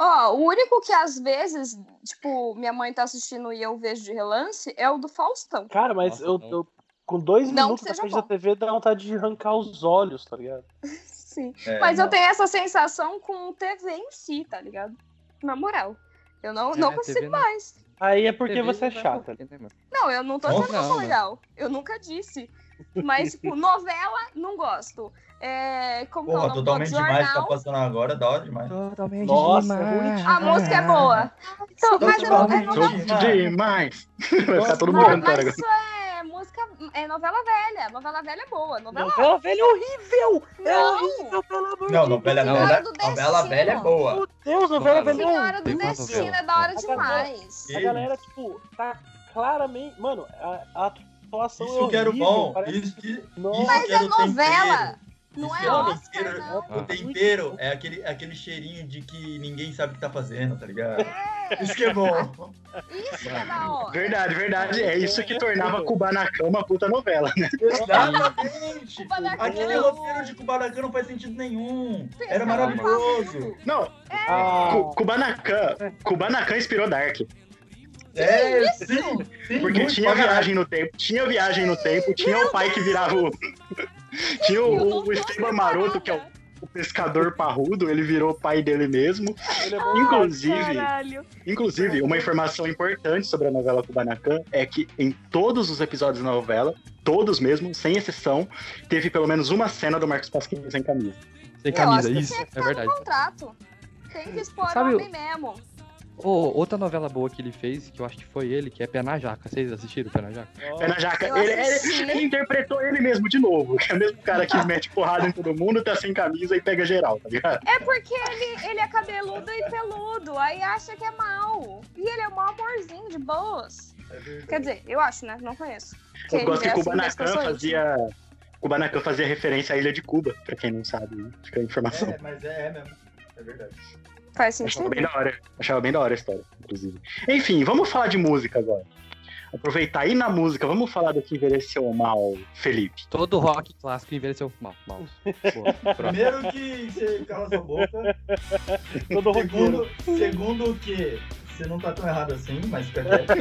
[SPEAKER 3] Ó, o único que às vezes, tipo, minha mãe tá assistindo e eu vejo de relance é o do Faustão.
[SPEAKER 4] Cara, mas
[SPEAKER 5] Nossa,
[SPEAKER 4] eu,
[SPEAKER 5] não.
[SPEAKER 4] eu- com dois
[SPEAKER 3] Não
[SPEAKER 4] minutos
[SPEAKER 3] que
[SPEAKER 4] da
[SPEAKER 3] seja
[SPEAKER 4] frente
[SPEAKER 3] bom.
[SPEAKER 4] da TV dá vontade de arrancar os olhos, tá ligado?
[SPEAKER 3] Sim.
[SPEAKER 2] É,
[SPEAKER 3] Mas eu
[SPEAKER 2] não.
[SPEAKER 3] tenho essa sensação com TV em si, tá ligado? Na moral. Eu não,
[SPEAKER 5] É,
[SPEAKER 3] não
[SPEAKER 5] a
[SPEAKER 3] consigo
[SPEAKER 5] TV não-
[SPEAKER 3] mais.
[SPEAKER 4] Aí é porque
[SPEAKER 5] TV
[SPEAKER 4] você é
[SPEAKER 5] não vai
[SPEAKER 4] chata.
[SPEAKER 5] morrer, né, mano?
[SPEAKER 3] Não, eu não tô
[SPEAKER 2] Nossa,
[SPEAKER 3] sendo não,
[SPEAKER 5] não, né?
[SPEAKER 3] legal. Eu nunca disse. Mas, tipo, novela, não gosto. É, como que é o
[SPEAKER 2] Porra,
[SPEAKER 3] nome?
[SPEAKER 2] totalmente demais que tá
[SPEAKER 3] jornal.
[SPEAKER 2] passando agora, da hora demais.
[SPEAKER 5] Totalmente
[SPEAKER 4] Nossa,
[SPEAKER 5] demais.
[SPEAKER 3] A música é boa. Então, mas eu não, eu não
[SPEAKER 2] Totalmente
[SPEAKER 1] Todo demais. Vai ficar todo mundo tá
[SPEAKER 3] Mas,
[SPEAKER 1] cantando agora.
[SPEAKER 3] mas isso é música, é novela velha. Novela velha é boa. Novela
[SPEAKER 4] Novela velha é horrível! É
[SPEAKER 3] Não.
[SPEAKER 4] horrível, pelo amor
[SPEAKER 2] Não,
[SPEAKER 4] de
[SPEAKER 2] novela
[SPEAKER 3] Senhora
[SPEAKER 2] velha,
[SPEAKER 3] do Destino.
[SPEAKER 2] novela velha é boa.
[SPEAKER 4] Meu Deus, novela
[SPEAKER 5] Novela.
[SPEAKER 4] velha é horrível.
[SPEAKER 3] Senhora do
[SPEAKER 5] Tem uma
[SPEAKER 3] Destino
[SPEAKER 5] novela.
[SPEAKER 3] é da hora
[SPEAKER 4] Agora-
[SPEAKER 3] demais.
[SPEAKER 4] A galera, tipo, tá claramente. Mano, a, a atuação é
[SPEAKER 2] Isso que era o
[SPEAKER 4] horrível,
[SPEAKER 2] bom.
[SPEAKER 4] parece-
[SPEAKER 2] Isso que, isso
[SPEAKER 4] Nossa.
[SPEAKER 3] Mas é
[SPEAKER 2] que era o
[SPEAKER 3] Novela!
[SPEAKER 2] tempero.
[SPEAKER 3] Não
[SPEAKER 2] Isso
[SPEAKER 3] é
[SPEAKER 2] é uma
[SPEAKER 3] Oscar,
[SPEAKER 2] mentira.
[SPEAKER 3] não.
[SPEAKER 4] Ah.
[SPEAKER 2] O tempero é aquele, aquele cheirinho de que ninguém sabe o que tá fazendo, tá ligado? Isso que é bom.
[SPEAKER 3] Isso que é da hora.
[SPEAKER 1] Verdade, verdade. É isso que tornava Kubanacan uma puta novela, né?
[SPEAKER 4] É
[SPEAKER 3] Tá
[SPEAKER 2] Exatamente.
[SPEAKER 3] Kubanacan.
[SPEAKER 2] Aquele roteiro de Kubanacan não faz sentido nenhum. Era
[SPEAKER 3] Pessoal,
[SPEAKER 2] maravilhoso.
[SPEAKER 1] Não,
[SPEAKER 4] Ah,
[SPEAKER 1] Ku- Kubanacan, Kubanacan inspirou Dark.
[SPEAKER 2] É, sim. sim,
[SPEAKER 1] Porque
[SPEAKER 2] muito
[SPEAKER 1] tinha
[SPEAKER 2] pra caralho.
[SPEAKER 1] viagem no tempo, tinha viagem no tempo, tinha o pai que virava o. Tinha
[SPEAKER 3] Eu não
[SPEAKER 1] o, o
[SPEAKER 3] tô
[SPEAKER 1] Esteban
[SPEAKER 3] preparada.
[SPEAKER 1] Maroto, que é o, o pescador parrudo, ele virou o pai dele mesmo.
[SPEAKER 4] ele é bom.
[SPEAKER 1] inclusive,
[SPEAKER 7] Caralho.
[SPEAKER 1] inclusive, uma informação importante sobre a novela Kubanacan é que em todos os episódios da novela, todos mesmo, sem exceção, teve pelo menos uma cena do Marcos Pasquini sem camisa.
[SPEAKER 5] Sem
[SPEAKER 3] Eu acho
[SPEAKER 5] camisa,
[SPEAKER 3] que
[SPEAKER 5] isso,
[SPEAKER 3] tinha que
[SPEAKER 5] é
[SPEAKER 3] estar
[SPEAKER 5] verdade.
[SPEAKER 3] no contrato. Tem que expor
[SPEAKER 5] Sabe
[SPEAKER 3] o homem mesmo.
[SPEAKER 5] Ô, outra novela boa que ele fez, que eu acho que foi ele, que é Pé na Jaca. Vocês assistiram Pé na Jaca?
[SPEAKER 1] Pé
[SPEAKER 2] É,
[SPEAKER 1] É
[SPEAKER 2] né?
[SPEAKER 1] na jaca.
[SPEAKER 3] Eu
[SPEAKER 1] Ele, ele,
[SPEAKER 3] assisti.
[SPEAKER 1] ele interpretou ele mesmo de novo. Que é o mesmo cara que mete porrada em todo mundo, tá sem camisa e pega geral, tá ligado?
[SPEAKER 3] É porque ele, ele é cabeludo e peludo, aí acha que é mal. E ele é um amorzinho de boas. Quer dizer, eu acho, né? Não conheço. Porque
[SPEAKER 1] Eu gosto que
[SPEAKER 3] ele veste umas
[SPEAKER 1] Kubanacan
[SPEAKER 3] pessoas íntimas.
[SPEAKER 1] fazia. Kubanacan fazia referência à ilha de Cuba, pra quem não sabe, né? fica a informação.
[SPEAKER 2] É, mas é, é mesmo. É verdade.
[SPEAKER 3] Faz
[SPEAKER 1] Eu Achava
[SPEAKER 3] sentido?
[SPEAKER 1] bem da hora. Achava bem da hora a história, inclusive. Enfim, vamos falar de música agora. Aproveitar aí na música, vamos falar do que envelheceu mal, Felipe.
[SPEAKER 5] Todo rock clássico envelheceu mal. mal. Boa, próximo.
[SPEAKER 2] Primeiro que você cala sua boca.
[SPEAKER 4] Todo roqueiro.
[SPEAKER 2] Segundo, segundo que você não tá tão errado assim, mas fica quieto.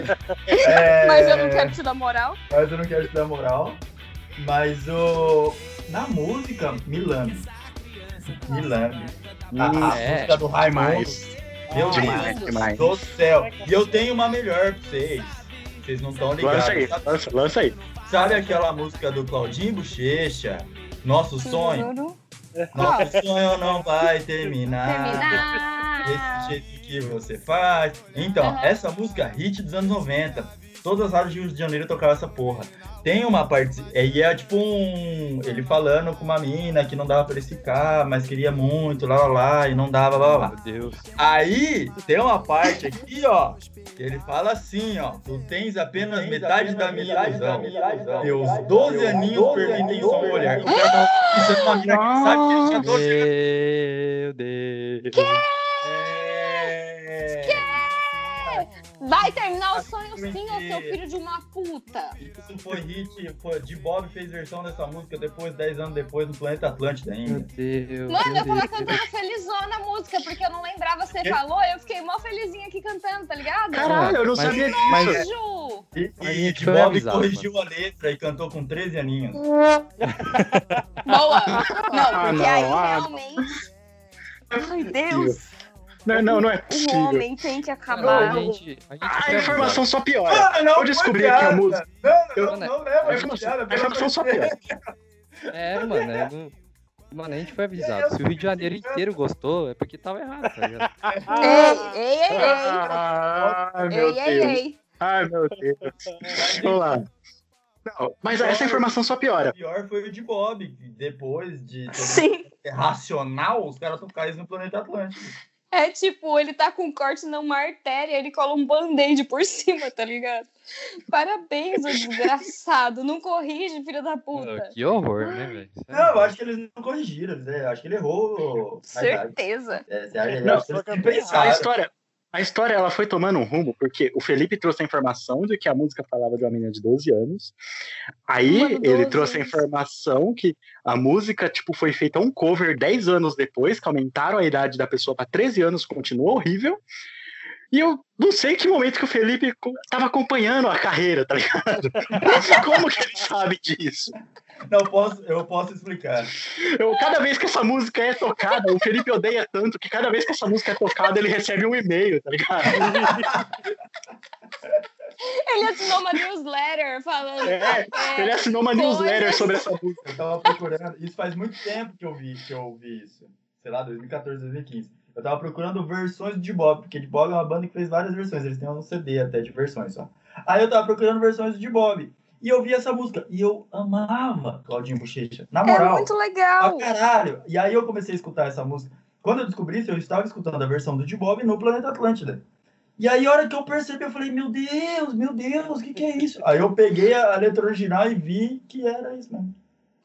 [SPEAKER 2] É,
[SPEAKER 3] Mas eu não quero te dar moral.
[SPEAKER 2] Mas eu não quero te dar moral. Mas o. Na música, Milambe. Milambe. A, a
[SPEAKER 5] É,
[SPEAKER 2] música do Raimundo.
[SPEAKER 1] demais.
[SPEAKER 2] Meu
[SPEAKER 1] Hum, Demais,
[SPEAKER 2] Deus
[SPEAKER 1] demais.
[SPEAKER 2] do céu. E eu tenho uma melhor pra vocês. Vocês não estão ligados.
[SPEAKER 1] Lança aí,
[SPEAKER 2] Sabe-
[SPEAKER 1] lança, lança aí.
[SPEAKER 2] Sabe aquela música do Claudinho Bochecha? Nosso sonho? É.
[SPEAKER 3] Juro.
[SPEAKER 2] Nosso sonho não vai
[SPEAKER 1] Ah.
[SPEAKER 2] terminar.
[SPEAKER 3] Terminar.
[SPEAKER 2] Desse jeito que você faz. Então,
[SPEAKER 3] Aham.
[SPEAKER 2] essa música é hit dos anos 90. Todas as rádios do Rio de Janeiro tocavam essa porra. Tem uma parte. é, E é tipo um. Ele falando com uma mina que não dava pra ele ficar, mas queria muito, lá lá lá, e não dava, lá lá lá.
[SPEAKER 5] meu Deus.
[SPEAKER 2] Aí tem uma parte aqui, ó, que ele fala assim, ó. Tu tens apenas metade da minha ilusão. Teus 12 aninhos permitem só um olhar. O cara tava pensando numa é mina que sabe que é ele tinha 12 anos.
[SPEAKER 5] Meu Deus.
[SPEAKER 3] Vai terminar o sonho sim, ô seu filho de uma puta.
[SPEAKER 2] Isso foi hit, foi, de Bob fez versão dessa música depois, 10 anos depois, no Planeta Atlântida
[SPEAKER 5] Meu
[SPEAKER 2] ainda.
[SPEAKER 5] Deus.
[SPEAKER 3] Mano, eu
[SPEAKER 5] meu
[SPEAKER 3] tava
[SPEAKER 5] Deus.
[SPEAKER 3] cantando Tá felizona a música, porque eu não lembrava, você falou, eu fiquei mó felizinha aqui cantando, tá ligado?
[SPEAKER 1] Caralho, eu não
[SPEAKER 5] Mas-
[SPEAKER 1] sabia disso.
[SPEAKER 5] mas-
[SPEAKER 3] Ju!
[SPEAKER 2] E,
[SPEAKER 5] Mas
[SPEAKER 2] e
[SPEAKER 5] isso
[SPEAKER 2] de
[SPEAKER 5] foi
[SPEAKER 2] Bob
[SPEAKER 5] avisado,
[SPEAKER 2] corrigiu a letra e cantou com 13 aninhos.
[SPEAKER 3] Boa! Não,
[SPEAKER 1] Ah,
[SPEAKER 3] porque
[SPEAKER 1] não,
[SPEAKER 3] aí
[SPEAKER 1] ah,
[SPEAKER 3] realmente
[SPEAKER 7] Ai, Deus.
[SPEAKER 1] Não, não,
[SPEAKER 3] Um
[SPEAKER 1] não é
[SPEAKER 7] O
[SPEAKER 1] possível. Ah,
[SPEAKER 7] homem tem que
[SPEAKER 5] a
[SPEAKER 7] acabar.
[SPEAKER 5] gente, a gente
[SPEAKER 3] Ah,
[SPEAKER 1] A
[SPEAKER 5] foi
[SPEAKER 1] informação só piora.
[SPEAKER 2] Ah, não,
[SPEAKER 1] Eu descobri aqui a música.
[SPEAKER 2] Não,
[SPEAKER 1] Eu-
[SPEAKER 2] não, não, não leva
[SPEAKER 1] A
[SPEAKER 2] a
[SPEAKER 1] informação,
[SPEAKER 2] piada.
[SPEAKER 1] a
[SPEAKER 2] pelo amor
[SPEAKER 1] informação
[SPEAKER 2] de
[SPEAKER 1] só
[SPEAKER 2] Deus.
[SPEAKER 1] piora.
[SPEAKER 5] É, mano, é, não- mano, a gente foi avisado. Se o Rio de Janeiro inteiro gostou, é porque tava errado, tá ligado?
[SPEAKER 3] É,
[SPEAKER 4] Ah,
[SPEAKER 3] Ei, ei, ei, ei.
[SPEAKER 1] Ai, Ah, meu
[SPEAKER 3] Ei, ei,
[SPEAKER 1] Deus.
[SPEAKER 3] ei.
[SPEAKER 1] Ai, meu Deus. Vamos lá. Não, mas essa informação só piora.
[SPEAKER 2] O pior foi o de Bob, que depois de todo
[SPEAKER 7] Sim.
[SPEAKER 2] esse racional, os caras tocaram isso no planeta Atlântico.
[SPEAKER 3] É tipo, ele tá com um corte numa artéria, ele cola um band-aid por cima, tá ligado? Parabéns, ô desgraçado. Não corrige, filho da
[SPEAKER 5] Mano,
[SPEAKER 3] puta.
[SPEAKER 5] que horror, né, velho?
[SPEAKER 2] Não, eu acho que eles não corrigiram, né? Eu acho que ele errou. na idade.
[SPEAKER 3] Certeza.
[SPEAKER 2] É, você acha- eu
[SPEAKER 1] Não,
[SPEAKER 2] acho que eles
[SPEAKER 4] só
[SPEAKER 2] não
[SPEAKER 4] que eu-
[SPEAKER 1] A
[SPEAKER 2] pensaram.
[SPEAKER 1] história, a história ela foi tomando um rumo, porque o Felipe trouxe a informação de que a música falava de uma menina de 12 anos. Aí
[SPEAKER 3] Mano, 12
[SPEAKER 1] ele trouxe a
[SPEAKER 3] anos.
[SPEAKER 1] informação que a música tipo foi feita um cover 10 anos depois, que aumentaram a idade da pessoa para 13 anos, continuou horrível. E eu não sei que momento que o Felipe co- tava acompanhando a carreira, tá ligado? Como que ele sabe disso?
[SPEAKER 2] Não, eu posso, eu posso explicar.
[SPEAKER 1] Eu, cada vez que essa música é tocada, o Felipe odeia tanto que cada vez que essa música é tocada, ele recebe um e-mail, tá ligado?
[SPEAKER 3] Ele assinou uma newsletter falando.
[SPEAKER 1] É, ele assinou uma newsletter sobre essa música.
[SPEAKER 2] Eu tava procurando. Isso faz muito tempo que eu vi, que eu vi isso. Sei lá, 2014, 2015. Eu tava procurando versões de Bob, porque de Bob é uma banda que fez várias versões. Eles têm um CD até de versões só. Aí eu tava procurando versões de Bob. E eu vi essa música. E eu amava Claudinho Bochecha. Na
[SPEAKER 3] É
[SPEAKER 2] moral.
[SPEAKER 3] muito
[SPEAKER 2] pra
[SPEAKER 3] legal.
[SPEAKER 2] caralho. E aí eu comecei a escutar essa música. Quando eu descobri isso, eu estava escutando a versão do D-Bob no Planeta Atlântida. E aí, a hora que eu percebi, eu falei, meu Deus, meu Deus, o que, que é isso? Aí eu peguei a letra original e vi que era isso mesmo.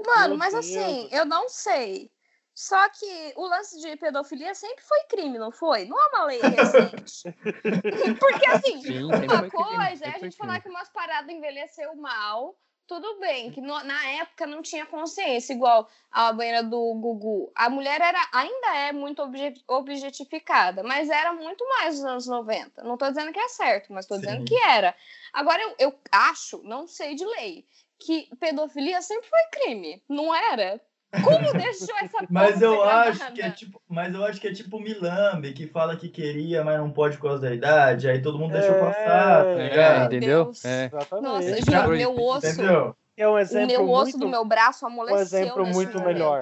[SPEAKER 3] Mano,
[SPEAKER 4] Meu
[SPEAKER 3] mas
[SPEAKER 4] Deus.
[SPEAKER 3] assim, eu não sei. Só que o lance de pedofilia sempre foi crime, não foi? Não é uma lei recente. Porque assim,
[SPEAKER 5] Sim,
[SPEAKER 3] uma coisa é a gente falar que umas paradas envelheceu mal, tudo bem, que no- na época não tinha consciência, igual a banheira do Gugu. A mulher era, ainda é muito obje- objetificada, mas era muito mais nos anos 90. Não tô dizendo que é certo, mas tô dizendo
[SPEAKER 2] Sim.
[SPEAKER 3] que era. Agora, eu, eu acho, não sei de lei, que pedofilia sempre foi crime, não era? Como deixou essa porra
[SPEAKER 2] Mas eu
[SPEAKER 3] ser
[SPEAKER 2] acho
[SPEAKER 3] gravada?
[SPEAKER 2] que é tipo, mas eu acho que é tipo o Milambe, que fala que queria, mas não pode por causa da idade, aí todo mundo deixou
[SPEAKER 4] É.
[SPEAKER 2] passar, tá
[SPEAKER 4] É,
[SPEAKER 5] É,
[SPEAKER 2] ligado?
[SPEAKER 5] entendeu?
[SPEAKER 3] Deus.
[SPEAKER 5] É.
[SPEAKER 3] Nossa,
[SPEAKER 4] Exatamente.
[SPEAKER 3] gente,
[SPEAKER 5] Proibido,
[SPEAKER 3] meu osso,
[SPEAKER 2] Entendeu?
[SPEAKER 4] É um
[SPEAKER 3] o
[SPEAKER 4] exemplo
[SPEAKER 3] meu osso é
[SPEAKER 4] muito,
[SPEAKER 3] do meu braço
[SPEAKER 4] um
[SPEAKER 3] amoleceu.
[SPEAKER 4] exemplo
[SPEAKER 3] nesse
[SPEAKER 4] muito
[SPEAKER 3] momento.
[SPEAKER 4] melhor.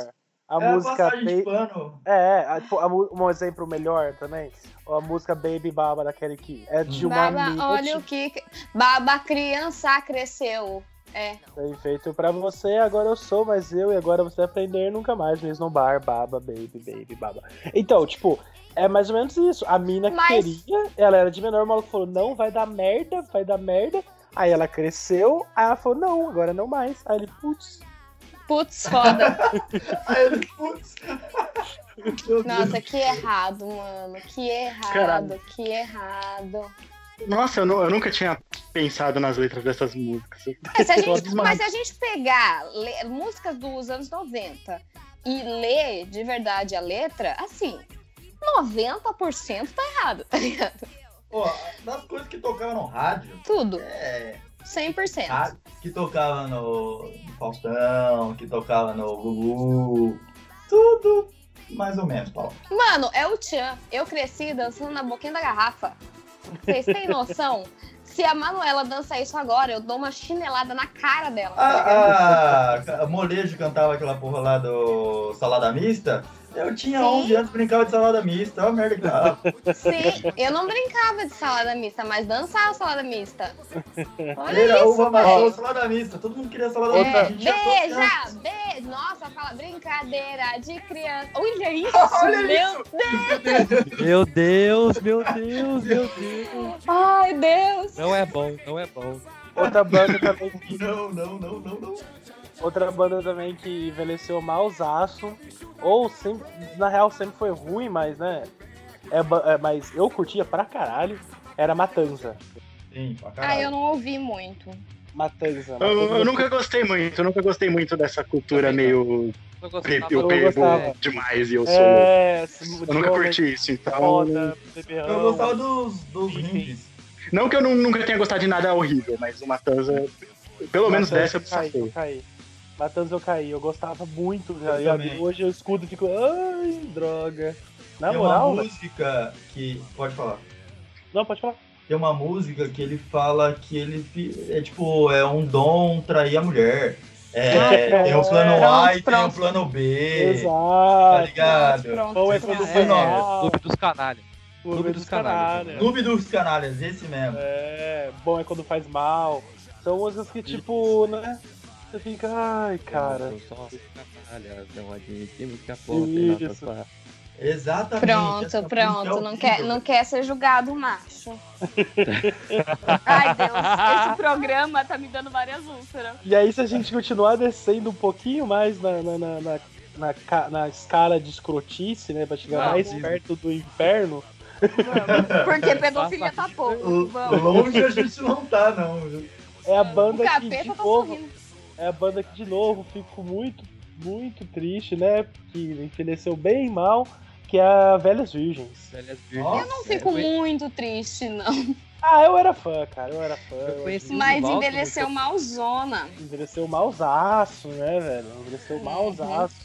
[SPEAKER 4] A
[SPEAKER 2] é
[SPEAKER 4] música
[SPEAKER 2] passagem de
[SPEAKER 4] Ba-
[SPEAKER 2] pano.
[SPEAKER 4] É, a- tipo, a mu- um exemplo melhor também, a música Baby Baba da Kelly Key. É de uma
[SPEAKER 3] Baba, olha o
[SPEAKER 4] amiga
[SPEAKER 3] que. Baba, criança cresceu. É.
[SPEAKER 4] bem feito pra você, agora eu sou, mas eu e agora você vai aprender nunca mais, mesmo no bar, baba, baby, baby, baba. Então, tipo, é mais ou menos isso. A mina
[SPEAKER 3] Mas-
[SPEAKER 4] queria, ela era de menor, o maluco falou, não, vai dar merda, vai dar merda. Aí ela cresceu, aí ela falou, não, agora não mais. Aí ele, putz,
[SPEAKER 3] Putz, foda.
[SPEAKER 2] Aí ele, putz. Meu Deus.
[SPEAKER 3] Nossa, que errado, mano. Que errado,
[SPEAKER 1] Caralho.
[SPEAKER 3] que errado.
[SPEAKER 1] Nossa, eu, nu- eu nunca tinha pensado nas letras dessas músicas.
[SPEAKER 3] Mas se a
[SPEAKER 1] Tô
[SPEAKER 3] gente,
[SPEAKER 1] abismado.
[SPEAKER 3] mas se a gente pegar le- músicas dos anos 90 e ler de verdade a letra, assim, 90% tá errado, tá ligado?
[SPEAKER 2] Ó, das coisas que tocavam no rádio,
[SPEAKER 3] Tudo.
[SPEAKER 2] é,
[SPEAKER 3] 100%.
[SPEAKER 2] rádio Ah, que tocava no no Faustão, que tocava no Gugu, tudo mais ou menos, Paulo.
[SPEAKER 3] Mano, é o Tchan. Eu cresci dançando na boquinha da garrafa. Vocês têm noção? Se a Manuela dançar isso agora, eu dou uma chinelada na cara dela.
[SPEAKER 2] Ah, ah, a molejo cantava aquela porra lá do Salada Mista. Eu tinha
[SPEAKER 3] Sim.
[SPEAKER 2] 11 anos brincava de salada mista. Olha a merda que tava.
[SPEAKER 3] Sim, eu não brincava de salada mista, mas dançava salada mista. Olha
[SPEAKER 2] Era
[SPEAKER 3] isso,
[SPEAKER 2] uva
[SPEAKER 3] velho.
[SPEAKER 2] matou salada mista. Todo mundo queria salada mista.
[SPEAKER 3] É,
[SPEAKER 2] A gente já tocava.
[SPEAKER 3] beija, beija. Nossa, fala brincadeira de criança. Olha isso,
[SPEAKER 2] Olha
[SPEAKER 3] meu.
[SPEAKER 5] Meu Deus, meu Deus, meu Deus.
[SPEAKER 3] Ai, Deus.
[SPEAKER 5] Não é bom, não é bom.
[SPEAKER 4] outra banda também que
[SPEAKER 2] Não, não, não, não, não.
[SPEAKER 4] Outra banda também que envelheceu malzaço. Ou sempre, na real sempre foi ruim, mas né. É, ba- é, mas eu curtia pra caralho. Era Matanza.
[SPEAKER 2] Sim, pra
[SPEAKER 3] Ah, eu
[SPEAKER 2] caralho.
[SPEAKER 3] não ouvi muito.
[SPEAKER 4] Matanza.
[SPEAKER 1] Eu, eu
[SPEAKER 4] Matanza.
[SPEAKER 1] nunca gostei muito, eu nunca gostei muito dessa cultura
[SPEAKER 5] Também não.
[SPEAKER 1] meio
[SPEAKER 5] Eu gostava,
[SPEAKER 1] prepio,
[SPEAKER 4] eu gostava.
[SPEAKER 1] pebo demais e eu sou. louco.
[SPEAKER 4] É, esse
[SPEAKER 1] Eu nunca
[SPEAKER 4] homem
[SPEAKER 1] curti isso, então.
[SPEAKER 4] Foda,
[SPEAKER 2] Eu,
[SPEAKER 4] beberrão.
[SPEAKER 2] gostava dos, dos
[SPEAKER 4] Sim.
[SPEAKER 2] rindes.
[SPEAKER 1] Não que eu nu- nunca tenha gostado de nada horrível, mas o Matanza, pelo menos dessa eu me
[SPEAKER 4] caí, eu
[SPEAKER 1] safei.
[SPEAKER 4] caí. Matanza eu caí, eu gostava muito.
[SPEAKER 2] Eu
[SPEAKER 4] já-
[SPEAKER 2] também.
[SPEAKER 4] hoje eu escudo e fico, ai, droga. Na
[SPEAKER 2] Tem
[SPEAKER 4] moral,
[SPEAKER 2] É uma
[SPEAKER 4] velho.
[SPEAKER 2] música que... Pode falar.
[SPEAKER 4] não, pode falar.
[SPEAKER 2] Tem uma música que ele fala que ele... fi- É tipo, é um dom trair a mulher. É,
[SPEAKER 4] Ah,
[SPEAKER 2] tem o plano
[SPEAKER 4] é.
[SPEAKER 2] A e tem o plano B. É, Tá
[SPEAKER 4] Exato.
[SPEAKER 2] ligado?
[SPEAKER 3] Pronto.
[SPEAKER 4] Bom, é
[SPEAKER 2] Esse
[SPEAKER 4] tudo
[SPEAKER 2] foi
[SPEAKER 4] bem,
[SPEAKER 2] nosso.
[SPEAKER 4] né?
[SPEAKER 5] Clube dos canalhas.
[SPEAKER 4] é
[SPEAKER 5] Clube dos Canalhas.
[SPEAKER 4] Canalhas.
[SPEAKER 2] Clube dos Canalhas, esse mesmo.
[SPEAKER 4] É, bom é quando faz mal. São músicas que, tipo, né? Você fica, ai, cara.
[SPEAKER 5] Eu sou só canalha, não admitimos que apontem
[SPEAKER 4] Isso.
[SPEAKER 5] nossas barras.
[SPEAKER 2] Exatamente.
[SPEAKER 3] Pronto,
[SPEAKER 2] essa música é
[SPEAKER 3] pronto. Não quer,
[SPEAKER 2] horrível,
[SPEAKER 3] não quer ser julgado macho. Ai, Deus. Esse programa tá me dando várias úlceras.
[SPEAKER 4] E aí, se a gente continuar descendo um pouquinho mais na, na, na, na, na ca- na escala de escrotice, né? Pra chegar
[SPEAKER 5] Ah,
[SPEAKER 4] mais
[SPEAKER 5] sim.
[SPEAKER 4] perto do inferno.
[SPEAKER 3] Vamos. Porque pedofilia tá pouco.
[SPEAKER 2] velho.
[SPEAKER 3] Vamos.
[SPEAKER 2] Longe a gente não tá, não. viu?
[SPEAKER 4] É a
[SPEAKER 3] O
[SPEAKER 4] banda que, de
[SPEAKER 3] capeta tá
[SPEAKER 4] novo,
[SPEAKER 3] sorrindo.
[SPEAKER 4] é a banda que, de novo, fico muito, muito triste, né? Que envelheceu bem mal, que é a Velhas Virgens.
[SPEAKER 5] Velhas virgens.
[SPEAKER 2] Nossa,
[SPEAKER 3] Eu não
[SPEAKER 5] é
[SPEAKER 3] fico muito triste, não.
[SPEAKER 4] Ah, eu era fã, cara, eu era fã.
[SPEAKER 5] Eu
[SPEAKER 4] eu
[SPEAKER 5] conheci
[SPEAKER 3] Mas
[SPEAKER 5] Valdo,
[SPEAKER 3] envelheceu malzona.
[SPEAKER 4] Envelheceu malzaço, né, velho?
[SPEAKER 3] Uhum.
[SPEAKER 4] Envelheceu malzaço.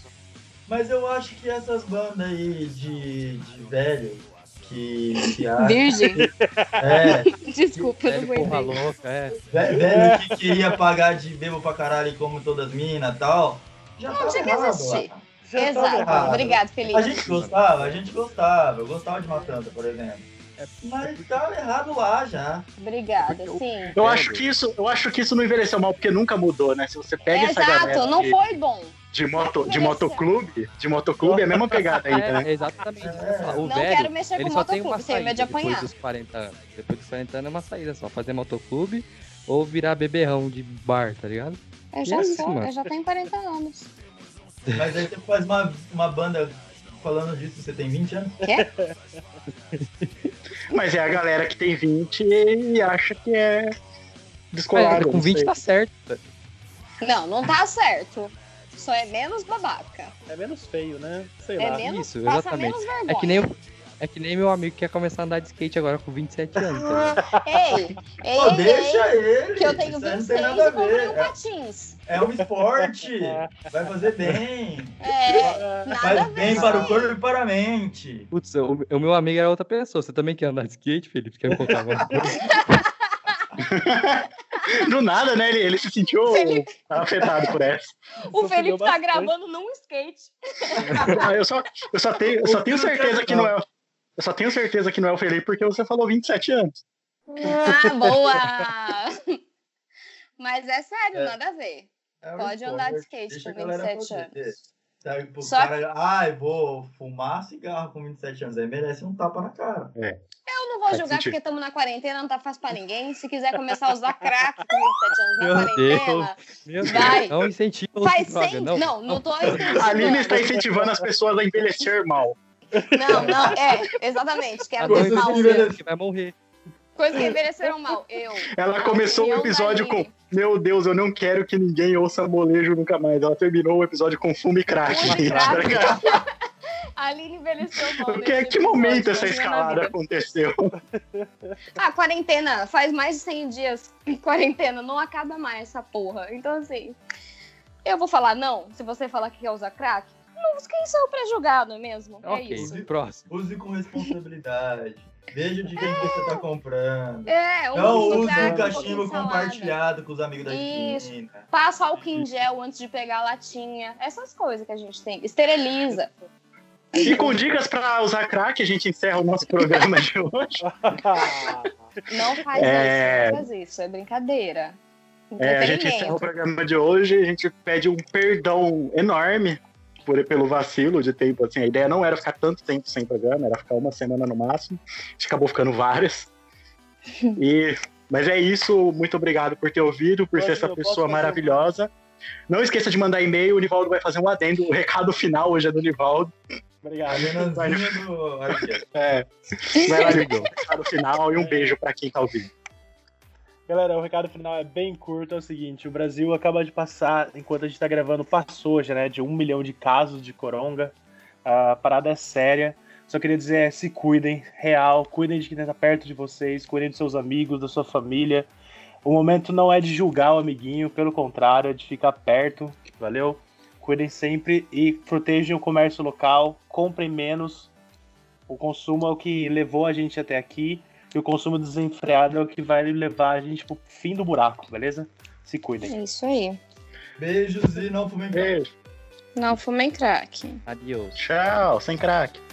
[SPEAKER 2] Mas eu acho que essas bandas aí de, de velho que se acha.
[SPEAKER 3] Virgem.
[SPEAKER 2] É,
[SPEAKER 3] Desculpa, eu
[SPEAKER 5] Velho,
[SPEAKER 3] não
[SPEAKER 5] porra
[SPEAKER 3] aguentei.
[SPEAKER 5] louca, é.
[SPEAKER 2] ve- velho que queria pagar de bebo pra caralho e como todas as minas e tal. Já tava
[SPEAKER 3] tinha que
[SPEAKER 2] errado,
[SPEAKER 3] existir.
[SPEAKER 2] lá.
[SPEAKER 4] Já tava
[SPEAKER 3] Exato.
[SPEAKER 2] errado.
[SPEAKER 3] Obrigado,
[SPEAKER 2] A
[SPEAKER 3] Felipe.
[SPEAKER 2] gente gostava, a gente gostava. Eu gostava de Matanza, por exemplo. Mas tava errado lá já.
[SPEAKER 3] Obrigada, sim.
[SPEAKER 1] Eu acho, que isso, eu acho que isso não envelheceu mal, porque nunca mudou, né? Se você pega essa galera
[SPEAKER 3] Exato, não
[SPEAKER 1] de,
[SPEAKER 3] foi bom.
[SPEAKER 1] de, moto, de
[SPEAKER 3] Envelheceu.
[SPEAKER 1] motoclube, de motoclube é a mesma pegada ainda, né?
[SPEAKER 5] É, é exatamente. isso que eu ia falar. O
[SPEAKER 3] Não
[SPEAKER 5] velho,
[SPEAKER 3] quero mexer
[SPEAKER 5] ele
[SPEAKER 3] com
[SPEAKER 5] só tem uma
[SPEAKER 3] motoclube, tenho
[SPEAKER 5] saída
[SPEAKER 3] medo é de
[SPEAKER 5] depois
[SPEAKER 3] apanhar.
[SPEAKER 5] dos 40 anos. Depois dos 40 anos é uma saída só. Fazer motoclube ou virar beberrão de bar, tá ligado?
[SPEAKER 3] Eu já
[SPEAKER 5] isso,
[SPEAKER 3] sou,
[SPEAKER 5] mano?
[SPEAKER 3] eu já tenho 40 anos.
[SPEAKER 2] Mas aí você faz uma, uma banda falando disso, você tem 20 anos?
[SPEAKER 1] Mas é a galera que tem 20 e acha que é descolado.
[SPEAKER 5] com
[SPEAKER 1] não
[SPEAKER 5] 20
[SPEAKER 1] sei.
[SPEAKER 5] tá certo.
[SPEAKER 3] Não, não tá certo. Só é menos babaca.
[SPEAKER 4] É menos feio, né? Sei
[SPEAKER 3] É
[SPEAKER 4] lá.
[SPEAKER 3] menos,
[SPEAKER 5] isso,
[SPEAKER 3] passa
[SPEAKER 5] exatamente.
[SPEAKER 3] menos vergonha.
[SPEAKER 5] É que nem eu- É que nem meu amigo que quer começar a andar de skate agora com 27 anos. tá ligado?
[SPEAKER 3] Ei, ei,
[SPEAKER 2] Pô,
[SPEAKER 3] ei,
[SPEAKER 2] deixa ele!
[SPEAKER 3] É, que eu tenho
[SPEAKER 2] isso
[SPEAKER 3] 23
[SPEAKER 2] aí não tem
[SPEAKER 3] e
[SPEAKER 2] nada a
[SPEAKER 3] comprei um
[SPEAKER 2] ver.
[SPEAKER 3] patins.
[SPEAKER 2] É, é um esporte. Vai fazer bem.
[SPEAKER 3] É,
[SPEAKER 4] Ah,
[SPEAKER 3] nada a
[SPEAKER 2] Faz
[SPEAKER 3] ver.
[SPEAKER 2] bem
[SPEAKER 3] isso
[SPEAKER 2] para
[SPEAKER 3] aí.
[SPEAKER 2] o corpo e para a mente.
[SPEAKER 5] Putz, o, o meu amigo era outra pessoa. Você também quer andar de skate, Felipe? Quer me contar alguma coisa?
[SPEAKER 1] Do nada, né? Ele, ele se sentiu
[SPEAKER 3] Felipe.
[SPEAKER 1] afetado por essa.
[SPEAKER 3] O
[SPEAKER 4] sofreu
[SPEAKER 3] Felipe tá
[SPEAKER 4] bastante.
[SPEAKER 3] gravando num skate.
[SPEAKER 1] Ah, Eu só, eu só tenho, eu só tenho certeza que não é. Eu só tenho certeza que não é o Felipe porque você falou 27 anos.
[SPEAKER 3] Ah, boa! Mas é sério,
[SPEAKER 2] É.
[SPEAKER 3] nada a ver.
[SPEAKER 2] É um
[SPEAKER 3] Pode andar de
[SPEAKER 2] esporte.
[SPEAKER 3] skate
[SPEAKER 2] Deixa
[SPEAKER 3] com
[SPEAKER 2] a galera
[SPEAKER 3] 27
[SPEAKER 2] fazer.
[SPEAKER 3] anos.
[SPEAKER 2] Sabe, pô, o
[SPEAKER 3] Só
[SPEAKER 2] cara, ah, eu vou fumar cigarro com 27 anos. Aí merece um tapa na cara.
[SPEAKER 3] Eu não vou
[SPEAKER 1] Faz
[SPEAKER 3] julgar
[SPEAKER 1] sentido.
[SPEAKER 3] porque estamos na quarentena, não tá fácil pra ninguém. Se quiser começar a usar crack com 27 anos na
[SPEAKER 5] Meu
[SPEAKER 3] quarentena,
[SPEAKER 5] Meu
[SPEAKER 3] Vai.
[SPEAKER 5] Deus, não incentiva o uso de
[SPEAKER 3] faz
[SPEAKER 5] um droga,
[SPEAKER 3] 100.
[SPEAKER 5] não.
[SPEAKER 3] Não, não, tô
[SPEAKER 1] A Aline
[SPEAKER 3] incentivando.
[SPEAKER 1] está incentivando as pessoas a envelhecer mal.
[SPEAKER 3] Não, não, é, exatamente.
[SPEAKER 5] Ah,
[SPEAKER 3] Quero
[SPEAKER 5] não,
[SPEAKER 3] ver mal.
[SPEAKER 5] incentiva, que vai morrer.
[SPEAKER 3] Coisas que envelheceram mal. Eu.
[SPEAKER 1] Ela começou o
[SPEAKER 3] Opinião da
[SPEAKER 1] episódio com
[SPEAKER 3] Aline.
[SPEAKER 1] Meu Deus, eu não quero que ninguém ouça molejo nunca mais. Ela terminou o episódio com fume e crack.
[SPEAKER 3] Fume e
[SPEAKER 1] Tá ligado?
[SPEAKER 3] A Aline envelheceu mal.
[SPEAKER 1] Que,
[SPEAKER 3] nesse
[SPEAKER 1] é que momento
[SPEAKER 3] episódio,
[SPEAKER 1] essa
[SPEAKER 3] imagina na
[SPEAKER 1] escalada
[SPEAKER 3] vida.
[SPEAKER 1] aconteceu?
[SPEAKER 3] Ah, quarentena. Faz mais de 100 dias em quarentena. Não acaba mais essa porra. Então, assim, eu vou falar não. Se você falar que quer usar crack, não, quem sou eu pra julgar, não é mesmo? É isso.
[SPEAKER 5] ok, próximo.
[SPEAKER 2] Use com responsabilidade. Veja de quem que você tá comprando.
[SPEAKER 3] É, usa
[SPEAKER 2] Não
[SPEAKER 3] um
[SPEAKER 2] use
[SPEAKER 3] crack,
[SPEAKER 2] um
[SPEAKER 3] um pouquinho
[SPEAKER 2] cachimbo
[SPEAKER 3] de salada.
[SPEAKER 2] compartilhado com os amigos da
[SPEAKER 3] Isso.
[SPEAKER 2] esquina.
[SPEAKER 3] Passa álcool em gel antes de pegar a latinha. Essas coisas que a gente tem. Esteriliza.
[SPEAKER 1] E com dicas pra usar crack, a gente encerra o nosso programa de hoje.
[SPEAKER 3] Não faz
[SPEAKER 1] É.
[SPEAKER 3] isso, não faz isso. É brincadeira.
[SPEAKER 1] É, a gente encerra o
[SPEAKER 3] Entretenimento.
[SPEAKER 1] programa de hoje. A gente pede um perdão enorme por, pelo vacilo de tempo. Assim, a ideia não era ficar tanto tempo sem programa, era ficar uma semana no máximo. A gente acabou ficando várias. E, mas é isso. Muito obrigado por ter ouvido, por ser
[SPEAKER 4] Posso-
[SPEAKER 1] essa
[SPEAKER 4] eu posso
[SPEAKER 1] pessoa
[SPEAKER 4] fazer um-
[SPEAKER 1] maravilhosa. Não esqueça de mandar e-mail. O Nivaldo vai fazer um adendo. O recado final hoje é do Nivaldo.
[SPEAKER 2] A
[SPEAKER 4] Obrigado.
[SPEAKER 2] Renanzinha do arqueiro.
[SPEAKER 1] É. Vai lá, Nivaldo. Recado final e um beijo pra quem tá ouvindo.
[SPEAKER 4] Galera, o recado final é bem curto, é o seguinte, o Brasil acaba de passar, enquanto a gente tá gravando, passou já, né, de um milhão de casos de coronga, a parada é séria, só queria dizer, é, se cuidem, real, cuidem de quem tá perto de vocês, cuidem dos seus amigos, da sua família, o momento não é de julgar o amiguinho, pelo contrário, é de ficar perto, valeu? Cuidem sempre e protejam o comércio local, comprem menos, o consumo é o que levou a gente até aqui, e o consumo desenfreado é o que vai levar a gente pro fim do buraco, beleza? Se cuidem.
[SPEAKER 3] É isso aí.
[SPEAKER 2] Beijos e não fumem
[SPEAKER 1] Beijo.
[SPEAKER 3] Não fumem crack.
[SPEAKER 5] Adeus.
[SPEAKER 1] Tchau. Sem crack.